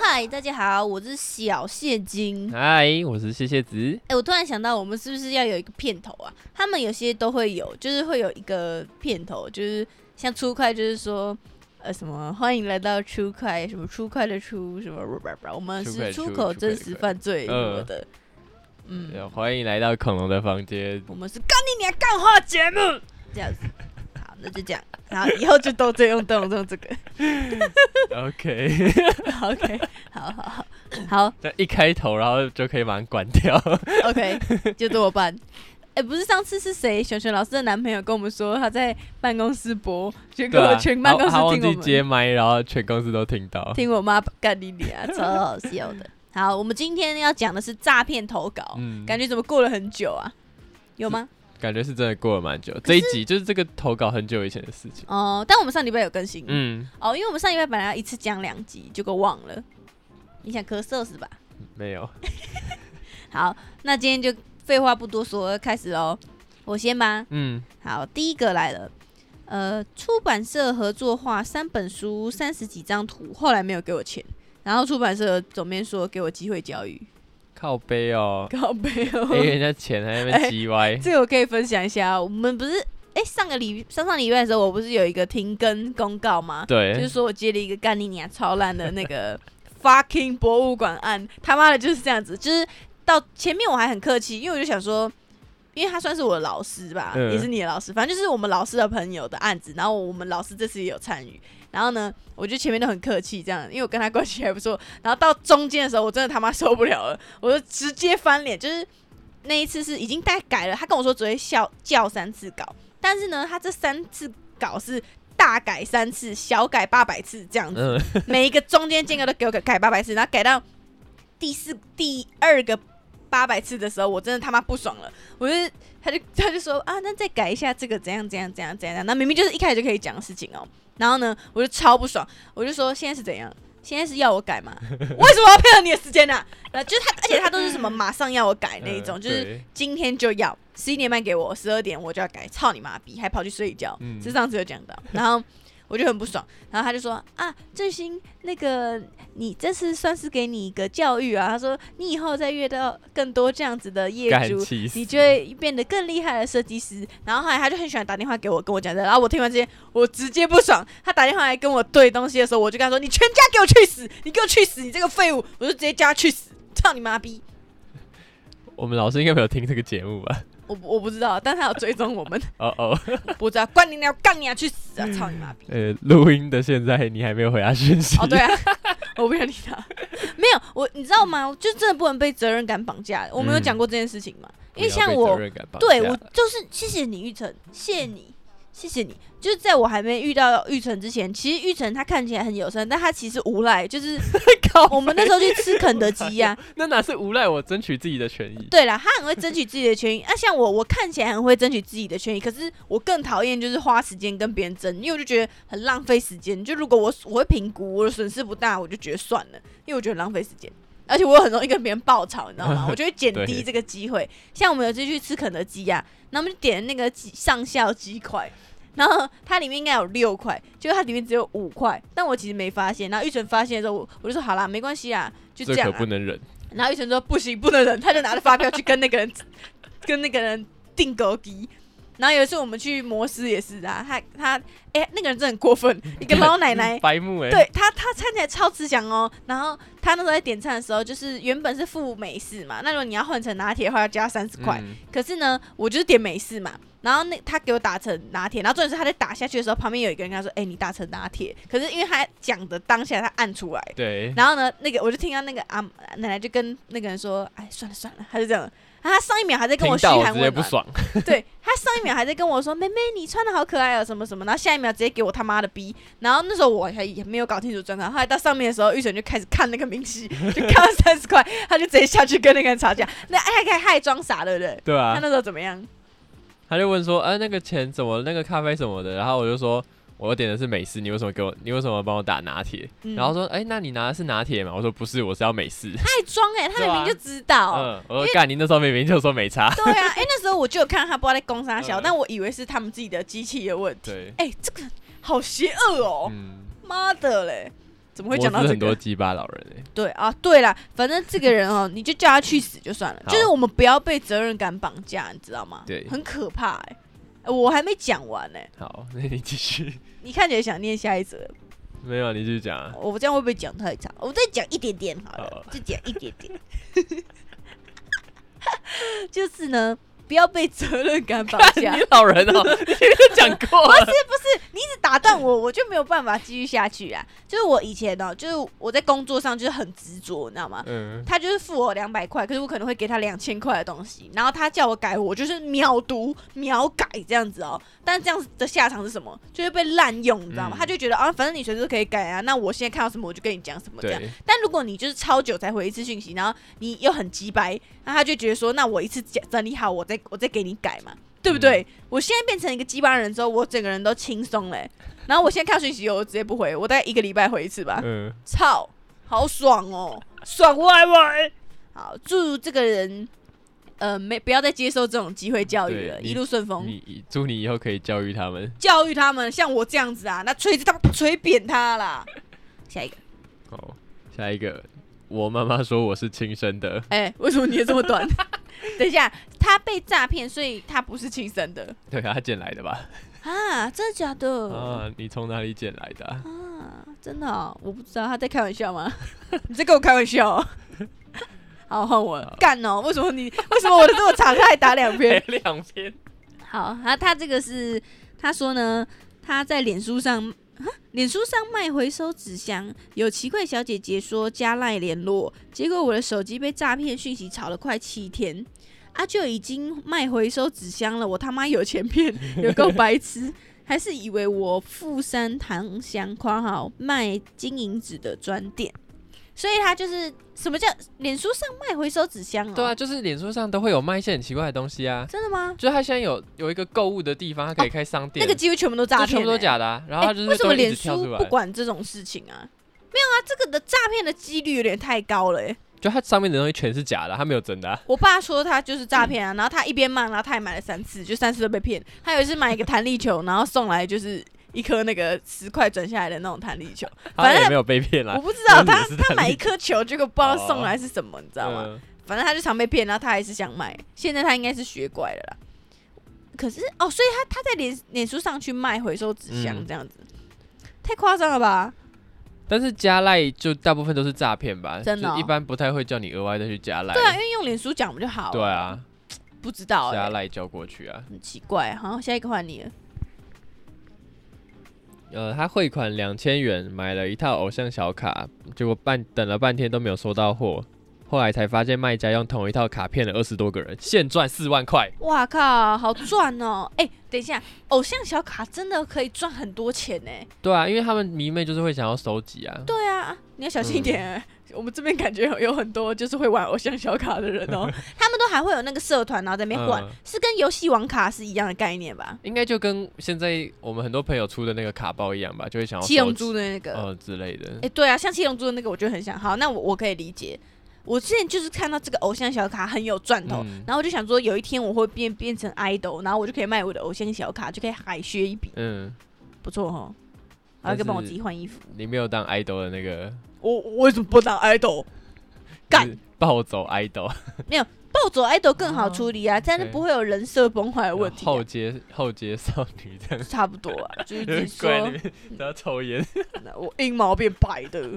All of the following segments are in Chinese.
嗨，大家好，我是小蟹精。嗨，我是谢谢子。哎、我突然想到，我们是不是要有一个片头啊？他们有些都会有，就是会有一个片头，就是像初快，就是说。呃，什么欢迎来到初快，什么初快的初，什么我们初快是的出初口初快的真实快犯罪什么嗯的，嗯，欢迎来到恐龙的房间。 我们是干你娘干话节目，这样子。好，那就这样，然后以后就都这用都用都用这个。 OK， OK，好好好好那一开头，然后就可以把它关 掉。啊，OK，就这么办。哎、不是上次是谁？熊熊老师的男朋友跟我们说他在办公室播，结果对啊，全他办公室他忘听记我们，接麦，然后全公司都听到。听我妈干你你啊， 超好笑的。好，我们今天要讲的是诈骗投稿，嗯感觉怎么过了很久啊？有吗？感觉是真的过了蛮久。这一集就是这个投稿很久以前的事情。哦、但我们上礼拜有更新，嗯，哦，因为我们上礼拜本来要一次讲两集，结果忘了。你想咳嗽是吧？没有。好，那今天就废话不多说，开始喽。我先吧。嗯，好，第一个来了。呃，出版社合作画三本书，三十几张图，后来没有给我钱，然后出版社总编说给我机会教育， 靠背哦，告白哦。给人家钱还在那边叽歪。哎这个我可以分享一下，我们不是哎、上个礼上上礼拜的时候，我不是有一个停更公告吗？就是对，说我接了一个干你娘超烂的那个 fucking 博物馆案，他妈的就是这样子，就是到前面我还很客气，因为我就想说，因为他算是我的老师吧，嗯也是你的老师，反正就是我们老师的朋友的案子，然后我们老师这次也有参与，然后呢，我就前面都很客气这样，因为我跟他关系还不错，然后到中间的时候，我真的他妈受不了了，我就直接翻脸，就是那一次是已经大概改了，他跟我说只会笑叫三次稿，但是呢，他这三次稿是大改三次，小改八百次这样子，嗯，每一个中间间隔都给我改改八百次，然后改到第四第二个八百次的时候，我真的他妈不爽了，我就他就他就说啊，那再改一下这个怎样怎样怎样怎样，那明明就是一开始就可以讲的事情哦，然后呢，我就超不爽，我就说现在是怎样？现在是要我改吗？为什么要配合你的时间呢、啊？然后就是他，而且他都是什么马上要我改那一种，嗯就是对今天就要十一点半给我，十二点我就要改，操你妈逼，还跑去睡觉，嗯是上次有讲到，然后我就很不爽，然后他就说啊，振兴那个你这次算是给你一个教育啊，他说你以后再遇到更多这样子的业干主。气死你。就会变得更厉害的设计师，然后后来他就很喜欢打电话给我，跟我讲这个，然后我听完这些，我直接不爽。他打电话来跟我对东西的时候，我就跟他说：“你全家给我去死！你给我去死！你这个废物！”我就直接叫他去死，操你妈逼！我们老师应该没有听这个节目吧？我不我不知道，但他有追踪我们，哦哦， 我知道，关你鸟，干你啊，去死啊，操你妈逼！呃，录音的现在你还没有回他讯息。哦，对 啊，我不想理他。 没有我，你知道吗？我就真的不能被责任感绑架。我们有嗯讲过这件事情嘛？因不为要像被我责，任感绑对架我就是谢谢你，玉成，谢谢你，谢谢你。就是在我还没遇到玉成之前，其实玉成他看起来很友善，但他其实无赖。就是 我们那时候去吃肯德基呀、 那哪是无赖？我争取自己的权益。对啦，他很会争取自己的权益。啊，像我，我看起来很会争取自己的权益，可是我更讨厌就是花时间跟别人争，因为我就觉得很浪费时间。就如果我我会评估我的损失不大，我就觉得算了，因为我觉得浪费时间。而且我很容易跟别人爆吵，你知道 吗？我就会减低对这个机会。像我们有次去吃肯德基呀、啊然后我们就点那个鸡上校鸡块，然后它里面应该有六块，结果它里面只有五块，但我其实没发现。然后玉纯发现的时候，我我就说好啦，没关系啊，就这这样、可啊不。能忍。，然后玉成说不行，不能忍，他就拿着发票去跟那个人， 跟那个人订狗机。然后有一次我们去摩斯也是啊，他他哎、那个人真的很过分，一个老奶奶 白目哎、对他他看起来超慈祥哦。然后他那时候在点餐的时候，就是原本是付美式嘛，那如果你要换成拿铁的话，要加三十嗯，块。可是呢，我就是点美式嘛，然后那他给我打成拿铁，然后重点是他在打下去的时候，旁边有一个人跟他说：“哎、你打成拿铁。”可是因为他讲的当下他按出来，对，然后呢，那个我就听到那个阿奶奶就跟那个人说：“哎，算了算了。”他就这样。啊他上一秒还在跟我嘘听到我寒直接问不暖，爽。对他上一秒还在跟我说：“妹妹，你穿的好可爱哦，什么什么。”然后下一秒直接给我他妈的逼。然后那时候我还也没有搞清楚状况，后来到上面的时候，玉成就开始看那个明细，就看到三十块，他就直接下去跟那个人吵架。那哎，他还装傻，对不对？ 对他啊，那时候怎么样？他就问说，啊，那个钱怎么，那个咖啡什么的，然后我就说。我点的是美式，你为什么给我？你为什么帮我打拿铁？嗯然后说，哎、那你拿的是拿铁吗？我说不是，我是要美式。他还装哎、他明明就知道。 嗯，我说干，你那时候明明就说没差。对啊，哎、那时候我就有看他不知道在攻啥小，嗯但我以为是他们 自己的机器的问题。对，哎、这个好邪恶哦。嗯，妈的嘞！怎么我会讲到是这很多个？鸡巴老人哎、对啊，对了，反正这个人哦，你就叫他去死就算了，好就是我们不要被责任感绑架，你知道吗？对很可怕哎、呃我还没讲完呢、好， 那你继续。你看起来想念下一则，没有，你继续讲啊。我这样会不会讲太长？我再讲一点点好了好，啊就讲一点点。 就是呢，不要被责任感绑架。 你老人哦、你也讲 过了。你一直打断我，我就没有办法继续下去啊。就是我以前哦、就是我在工作上就是很执着，你知道吗？嗯，他就是付我两百块，可是我可能会给他两千块的东西，然后他叫我改，我就是秒读秒改这样子哦。但这样子的下场是什么？就是被滥用，你知道吗？嗯他就觉得啊，反正你随时都可以改啊，那我现在看到什么我就跟你讲什么这样。对，但如果你就是超久才回一次讯息，然后你又很急白，那他就觉得说，那我一次整整理好，我再我再给你改嘛，对不对？嗯我现在变成一个鸡巴人之后，我整个人都轻松嘞、欸然后我现在看到讯息，我直接不回，我大概一个礼拜回一次吧。嗯，操，好爽哦，爽歪歪。好，祝这个人，呃，没不要再接受这种机会教育对了，你一路顺风。你祝你以后可以教育他们。教育他们像我这样子啊，那锤子他妈锤扁他啦。下一个，好，下一个，我妈妈说我是亲生的， 哎、为什么你也这么 短？等一下，他被诈骗，所以他不是亲生的对啊，她捡来的吧？啊？真的假的？啊，你从哪里捡来的啊、啊，真的哦、我不知道他在开玩笑吗？ 你在跟我开玩笑、 哦？好，换我了好干哦！为什么你为什么我的这么长，他还打两篇？ 两篇。好，他他这个是他说呢，他在脸书上，啊脸书上卖回收纸箱，有奇怪小姐姐说加赖联络，结果我的手机被诈骗讯息吵了快七天。啊，就已经卖回收纸箱了，我他妈有钱骗，有够白痴，还是以为我富山堂香（括号卖金银纸的专店），所以他就是什么叫脸书上卖回收纸箱、哦？对啊，，就是脸书上都会有卖一些很奇怪的东西啊。真的吗？就是他现在有有一个购物的地方，他可以开商店，那个几乎全部都诈就骗、全部都欸假的、啊。然哎，后他就是为什么都一脸直跳书出不来，管这种事情啊？没有啊，这个的诈骗的几率有点太高了、欸。就它上面的东西全是假的啊，它没有真的 啊。我爸说他就是诈骗嗯啊，然后他一边骂，然后他还买了三次，就三次都被骗。他有一次买一个弹力球，然后送来就是一颗那个十块转下来的那种弹力球，他反正也没有被骗我啦，不知道 那他也是他弹买力一颗球，结果不知道哦送来是什么，你知道吗？嗯反正他就常被骗，然后他还是想买。现在他应该是学乖了啦。可是哦，所以他他在脸脸书上去卖回收纸箱嗯这样子，太夸张了吧？但是加赖就大部分都是诈骗吧，真的哦就一般不太会叫你额外再去加赖。对啊，因为用脸书讲不就好了？对啊，哎不知道、加欸，赖交过去啊。很奇怪。好，下一个换你了。呃，他汇款两千元买了一套偶像小卡，结果半等了半天都没有收到货，后来才发现卖家用同一套卡骗了二十多个人，现赚四万块。哇靠，好赚哦！哎、等一下，偶像小卡真的可以赚很多钱呢、对啊，因为他们迷妹就是会想要收集啊。对啊，你要小心一点、嗯欸。我们这边感觉有有很多就是会玩偶像小卡的人 哦，他们都还会有那个社团，然后在那边换，嗯是跟游戏王卡是一样的概念吧？应该就跟现在我们很多朋友出的那个卡包一样吧，就会想要七龙收集珠的那个，呃之类的哎、。对啊，像七龙珠的那个，我就很想。好，那我我可以理解。我之前就是看到这个偶像小卡很有赚头，嗯然后我就想说，有一天我会变变成 idol，然后我就可以卖我的偶像小卡，就可以海削一笔，嗯，不错哦哈。还但可以帮我是自己换衣服。你没有当 idol 的那个，我我为什么不当 idol？干就是暴走 idol 暴走 idol 更好哦处理啊，这样就对不会有人设崩哎坏的问题啊、后街后街少女这样，差不多啊，就是自己就是 跪 说，在那边然后抽烟。那我阴毛变白 的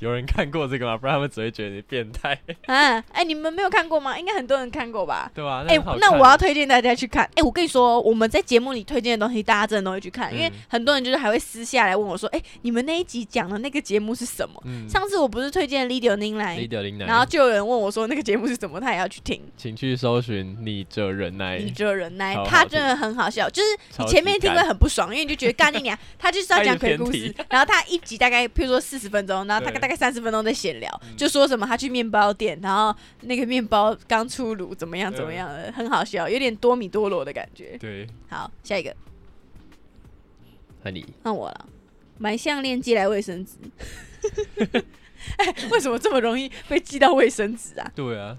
有人看过这个吗？不然他们只会觉得你变态，啊！哎、你们没有看过吗？应该很多人看过吧？ 对吧？哎、很好那看啊我要推荐大家去看。哎、我跟你说，我们在节目里推荐的东西，大家真的都会去看，因为嗯很多人就是还会私下来问我说：“哎、你们那一集讲的那个节目是什么？”嗯上次我不是推荐 Lidio Ning 雷来，德林然后奶，就有人问我说那个节目是什么，他也要去听。请去搜寻你这忍耐，你这人奶哎超，好他真的很好笑，就是超你级前面听会干很不爽，因为你就觉得干你娘，他 就是要讲鬼故他一事直偏，然后他一集大概譬如说四十分钟，然后大概对大概三十分钟在闲聊，嗯就说什么他去面包店，然后那个面包刚出炉，怎么样怎么样的，很好笑，有点多米多罗的感觉。嗯对，好，下一个和你换我了，买项链寄来卫生纸。 哎，为什么这么容易被寄到卫生纸啊？对啊，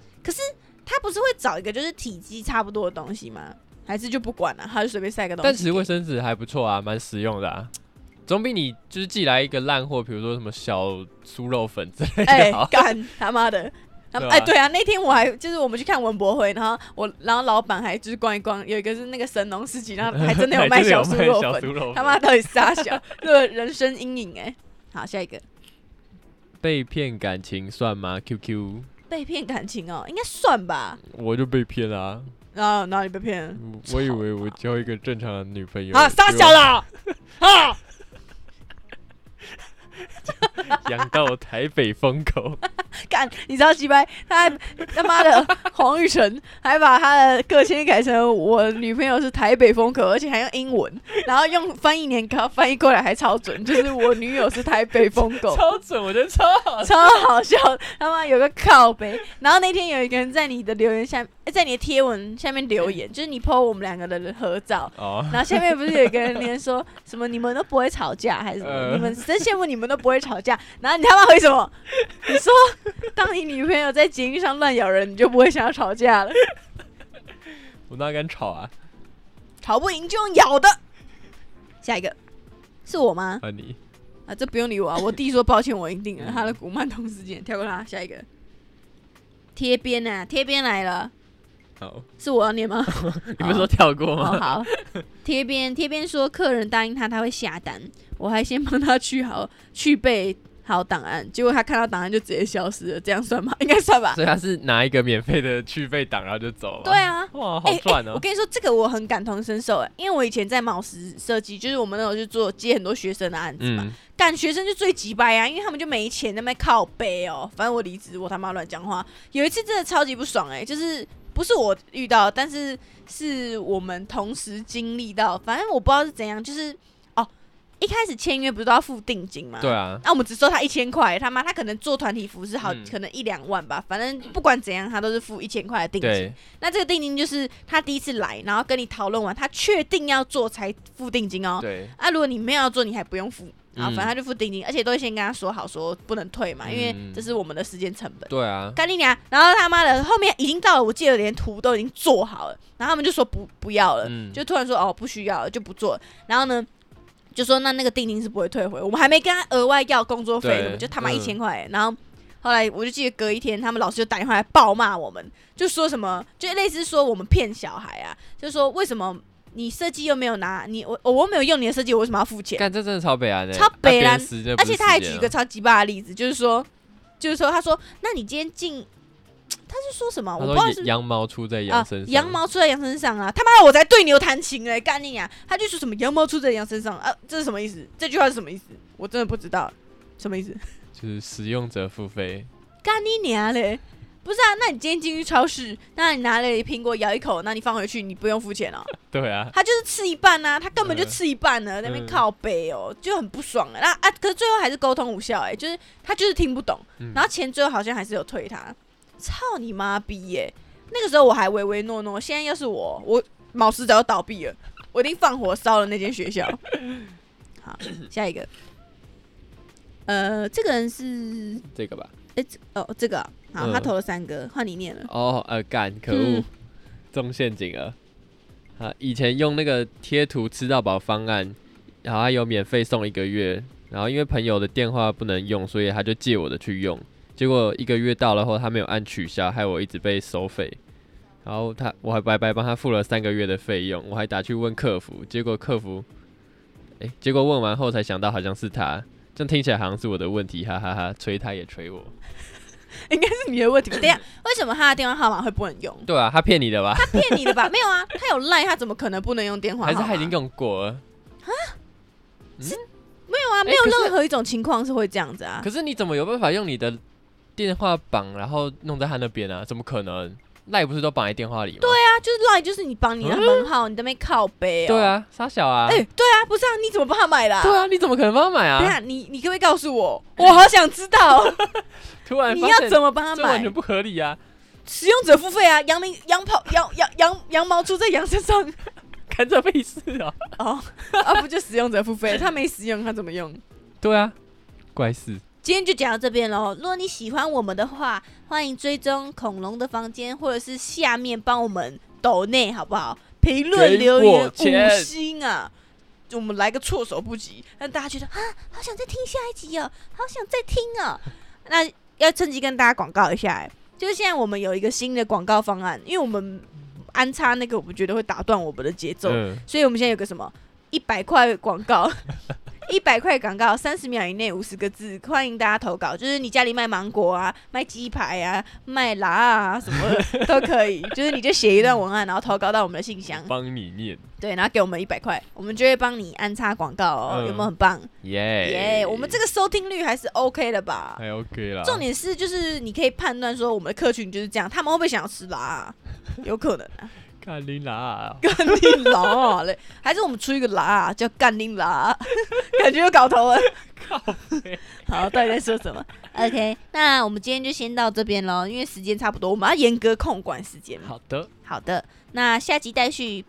他不是会找一个就是体积差不多的东西吗？还是就不管了、他就随便塞个东西给你？但其实卫生纸还不错啊，蛮实用的啊，总比你就是寄来一个烂货，比如说什么小酥肉粉之类哎的好。干他妈的！他们对啊哎，对啊，那天我还就是我们去看文博会，然后我然后老板还就是逛一逛，有一个是那个神农市集，然后 还真的有哎卖小酥肉粉，粉他妈到底傻小，这个人生阴影哎、好，下一个被骗感情算吗？QQ，被骗感情哦，应该算吧？我就被骗啦、啊。然后然后你被骗了我我以为我交一个正常的女朋友啊，傻小， 啦！啊，结果养到台北疯 狗，干，你知道鸡掰，他 还他妈的黄玉成还把他的个性改成我女朋友是台北风格，而且还用英文，然后用翻译年糕翻译过来还超准，就是我女友是台北疯狗。 超准，我觉得超好。超好笑，他妈有个靠背。然后那天有一个人在你的留言下，呃在你的贴文下面留嗯言，就是你 PO 我们两个的合照，哦，然后下面不是有一个人连说什么你们都不会吵架还是什么，呃你们真羡慕你们都不会吵架。然后你他妈回什么？你说当你女朋友在捷运上乱咬人，你就不会想要吵架了，我哪敢吵啊？吵不赢就用咬的。下一个是我吗？啊你，啊，这不用理我啊！我弟说抱歉，我赢定了。他的古曼童事件，跳过他，下一个贴边啊，贴边来了，好，是我要念吗？你不是说跳过 哦， 吗？好，贴边贴边说客人答应他他会下单，我还先帮他去好去备好档案，结果他看到档案就直接消失了，这样算吗？应该算吧。所以他是拿一个免费的去费档，然后就走了。对，啊，哇，哎好赚我哦！跟你说，这个我很感同身受哎、因为我以前在毛石设计，就是我们那时候就做接很多学生的案子嘛，嗯，干学生就最急掰啊，因为他们就没钱，那边靠背哦。反正我离职，我他妈乱讲话。有一次真的超级不爽哎、就是不是我遇到，但是是我们同时经历到。反正我不知道是怎样，就是哦，一开始签约不是都要付定金吗？对。啊，那、我们只收他一千块，他妈他可能做团体服饰好，嗯可能一两万吧，反正不管怎样，他都是付一千块的定金。对，那这个定金就是他第一次来，然后跟你讨论完，他确定要做才付定金哦。对，啊，如果你没有要做，你还不用付啊，反嗯正他就付定金，而且都会先跟他说好，说不能退嘛，因为嗯这是我们的时间成本。对啊，干你娘！然后他妈的后面已经到了，我记得连图都已经做好了，然后他们就说不不要了，嗯就突然说哦不需要了就不做了，然后呢就说那那个定金是不会退回，我们还没跟他额外要工作费对什么，就他妈嗯一千块，然后。后来我就记得隔一天，他们老师就打电话来暴骂我们，就说什么，就类似说我们骗小孩啊，就说为什么你设计又没有拿你我我又没有用你的设计，我为什么要付钱？干这真的超北蓝的，超北蓝啊，别人死这而不是且他还时举间一啊个超级霸的例子，就是说，就是说，他说，那你今天进，他是说什么？我他不知道说是不是羊羊毛出在啊羊身上，，羊毛出在羊身上啊！他妈的，我在对牛弹琴哎、干你啊！他就说什么羊毛出在羊身上啊，这是什么意思？这句话是什么意思？我真的不知道，什么意思？就是使用者付费，干你娘嘞！不是啊，那你今天进去超市，那你拿了苹果咬一口，那你放回去，你不用付钱哦。对啊，他就是吃一半呐、啊，他根本就吃一半呢，在那边嗯靠背哦，就很不爽、啊。那啊，可是最后还是沟通无效哎、就是他就是听不懂，嗯然后钱最后好像还是有退他。操你妈逼耶、那个时候我还唯唯诺诺，现在要是我，我毛师早就倒闭了，我一定放火烧了那间学 校。好，下一个，呃，这个人是这个吧。哦，这个啊、好，嗯他投了三个，换你念了。哦，呃，干，可嗯恶，中陷阱了。啊，以前用那个贴图吃到饱方案，然后还有免费送一个月，然后因为朋友的电话不能用，所以他就借我的去用。结果一个月到了后，他没有按取消，害我一直被收费。然后他我还白白帮他付了三个月的费用，我还打去问客服，结果客服，哎、结果问完后才想到好像是他，这样听起来好像是我的问题，哈哈哈捶他也捶我。应该是你的 问题吧。等一下，为什么他的电话号码会不能用？对啊，他骗你的吧？骗你的 吧？没有啊，他有赖，他怎么可能不能用电话号还码？是他已经用过了？没有啊，哎没有可是任何一种情况是会这样子啊。可是你怎么有办法用你的电话绑，然后弄在他那边啊？怎么可能？赖不是都绑在电话里吗？对啊，对啊，就是赖，就是你绑你的门号，你在那边靠背哦。对，啊，傻小啊，哎，对啊，不是啊，你怎么帮他买的啊？对啊，你怎么可能帮他买等一啊？下，你你可不可以告诉 我？我好想知道突然你发要现怎么帮他哎这完买全？不合理啊！使用者付费啊，羊明羊跑羊羊羊羊毛出在羊身上看这屁事啊！哦，啊不就使用者付费？他没使用，他怎么用？对啊，怪事。今天就讲到这边喽。如果你喜欢我们的话，欢迎追踪恐龙的房间，或者是下面帮我们抖内好不好？评论留给我言钱五星啊，我们来个措手不及，让大家觉得啊，好想再听下一集哦，好想再听哦。那要趁机跟大家广告一下、哎，就是现在我们有一个新的广告方案，因为我们安插那个，我们觉得会打断我们的节奏，嗯，所以我们现在有个什么一百块广告， 一百块广告，三十秒以内五十个字，欢迎大家投稿。就是你家里卖芒果啊，卖鸡排啊，卖辣啊，什么的都可以。 就是你就写一段文案，然后投稿到我们的信箱，帮你念，对，然后给我们一百块，我们就会帮你安插广告哦，嗯哎有没有很棒？耶、耶，我们这个收听率还是 OK 的吧？还 OK 啦。重点是，就是你可以判断说我们的客群就是这样，他们会不会想要吃辣、啊？有可能啊，看你啦， 干丁辣啊嘞，还是我们出一个辣、啊、叫干丁辣、 啊，感觉又搞头了。好，到底在说什么？OK，那我们今天就先到这边喽，因为时间差不多，我们要严格控管时间。好的，好的，那下集待续，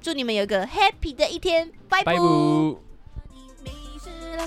祝你们有个 happy 的一天，拜拜拜。拜。你迷失了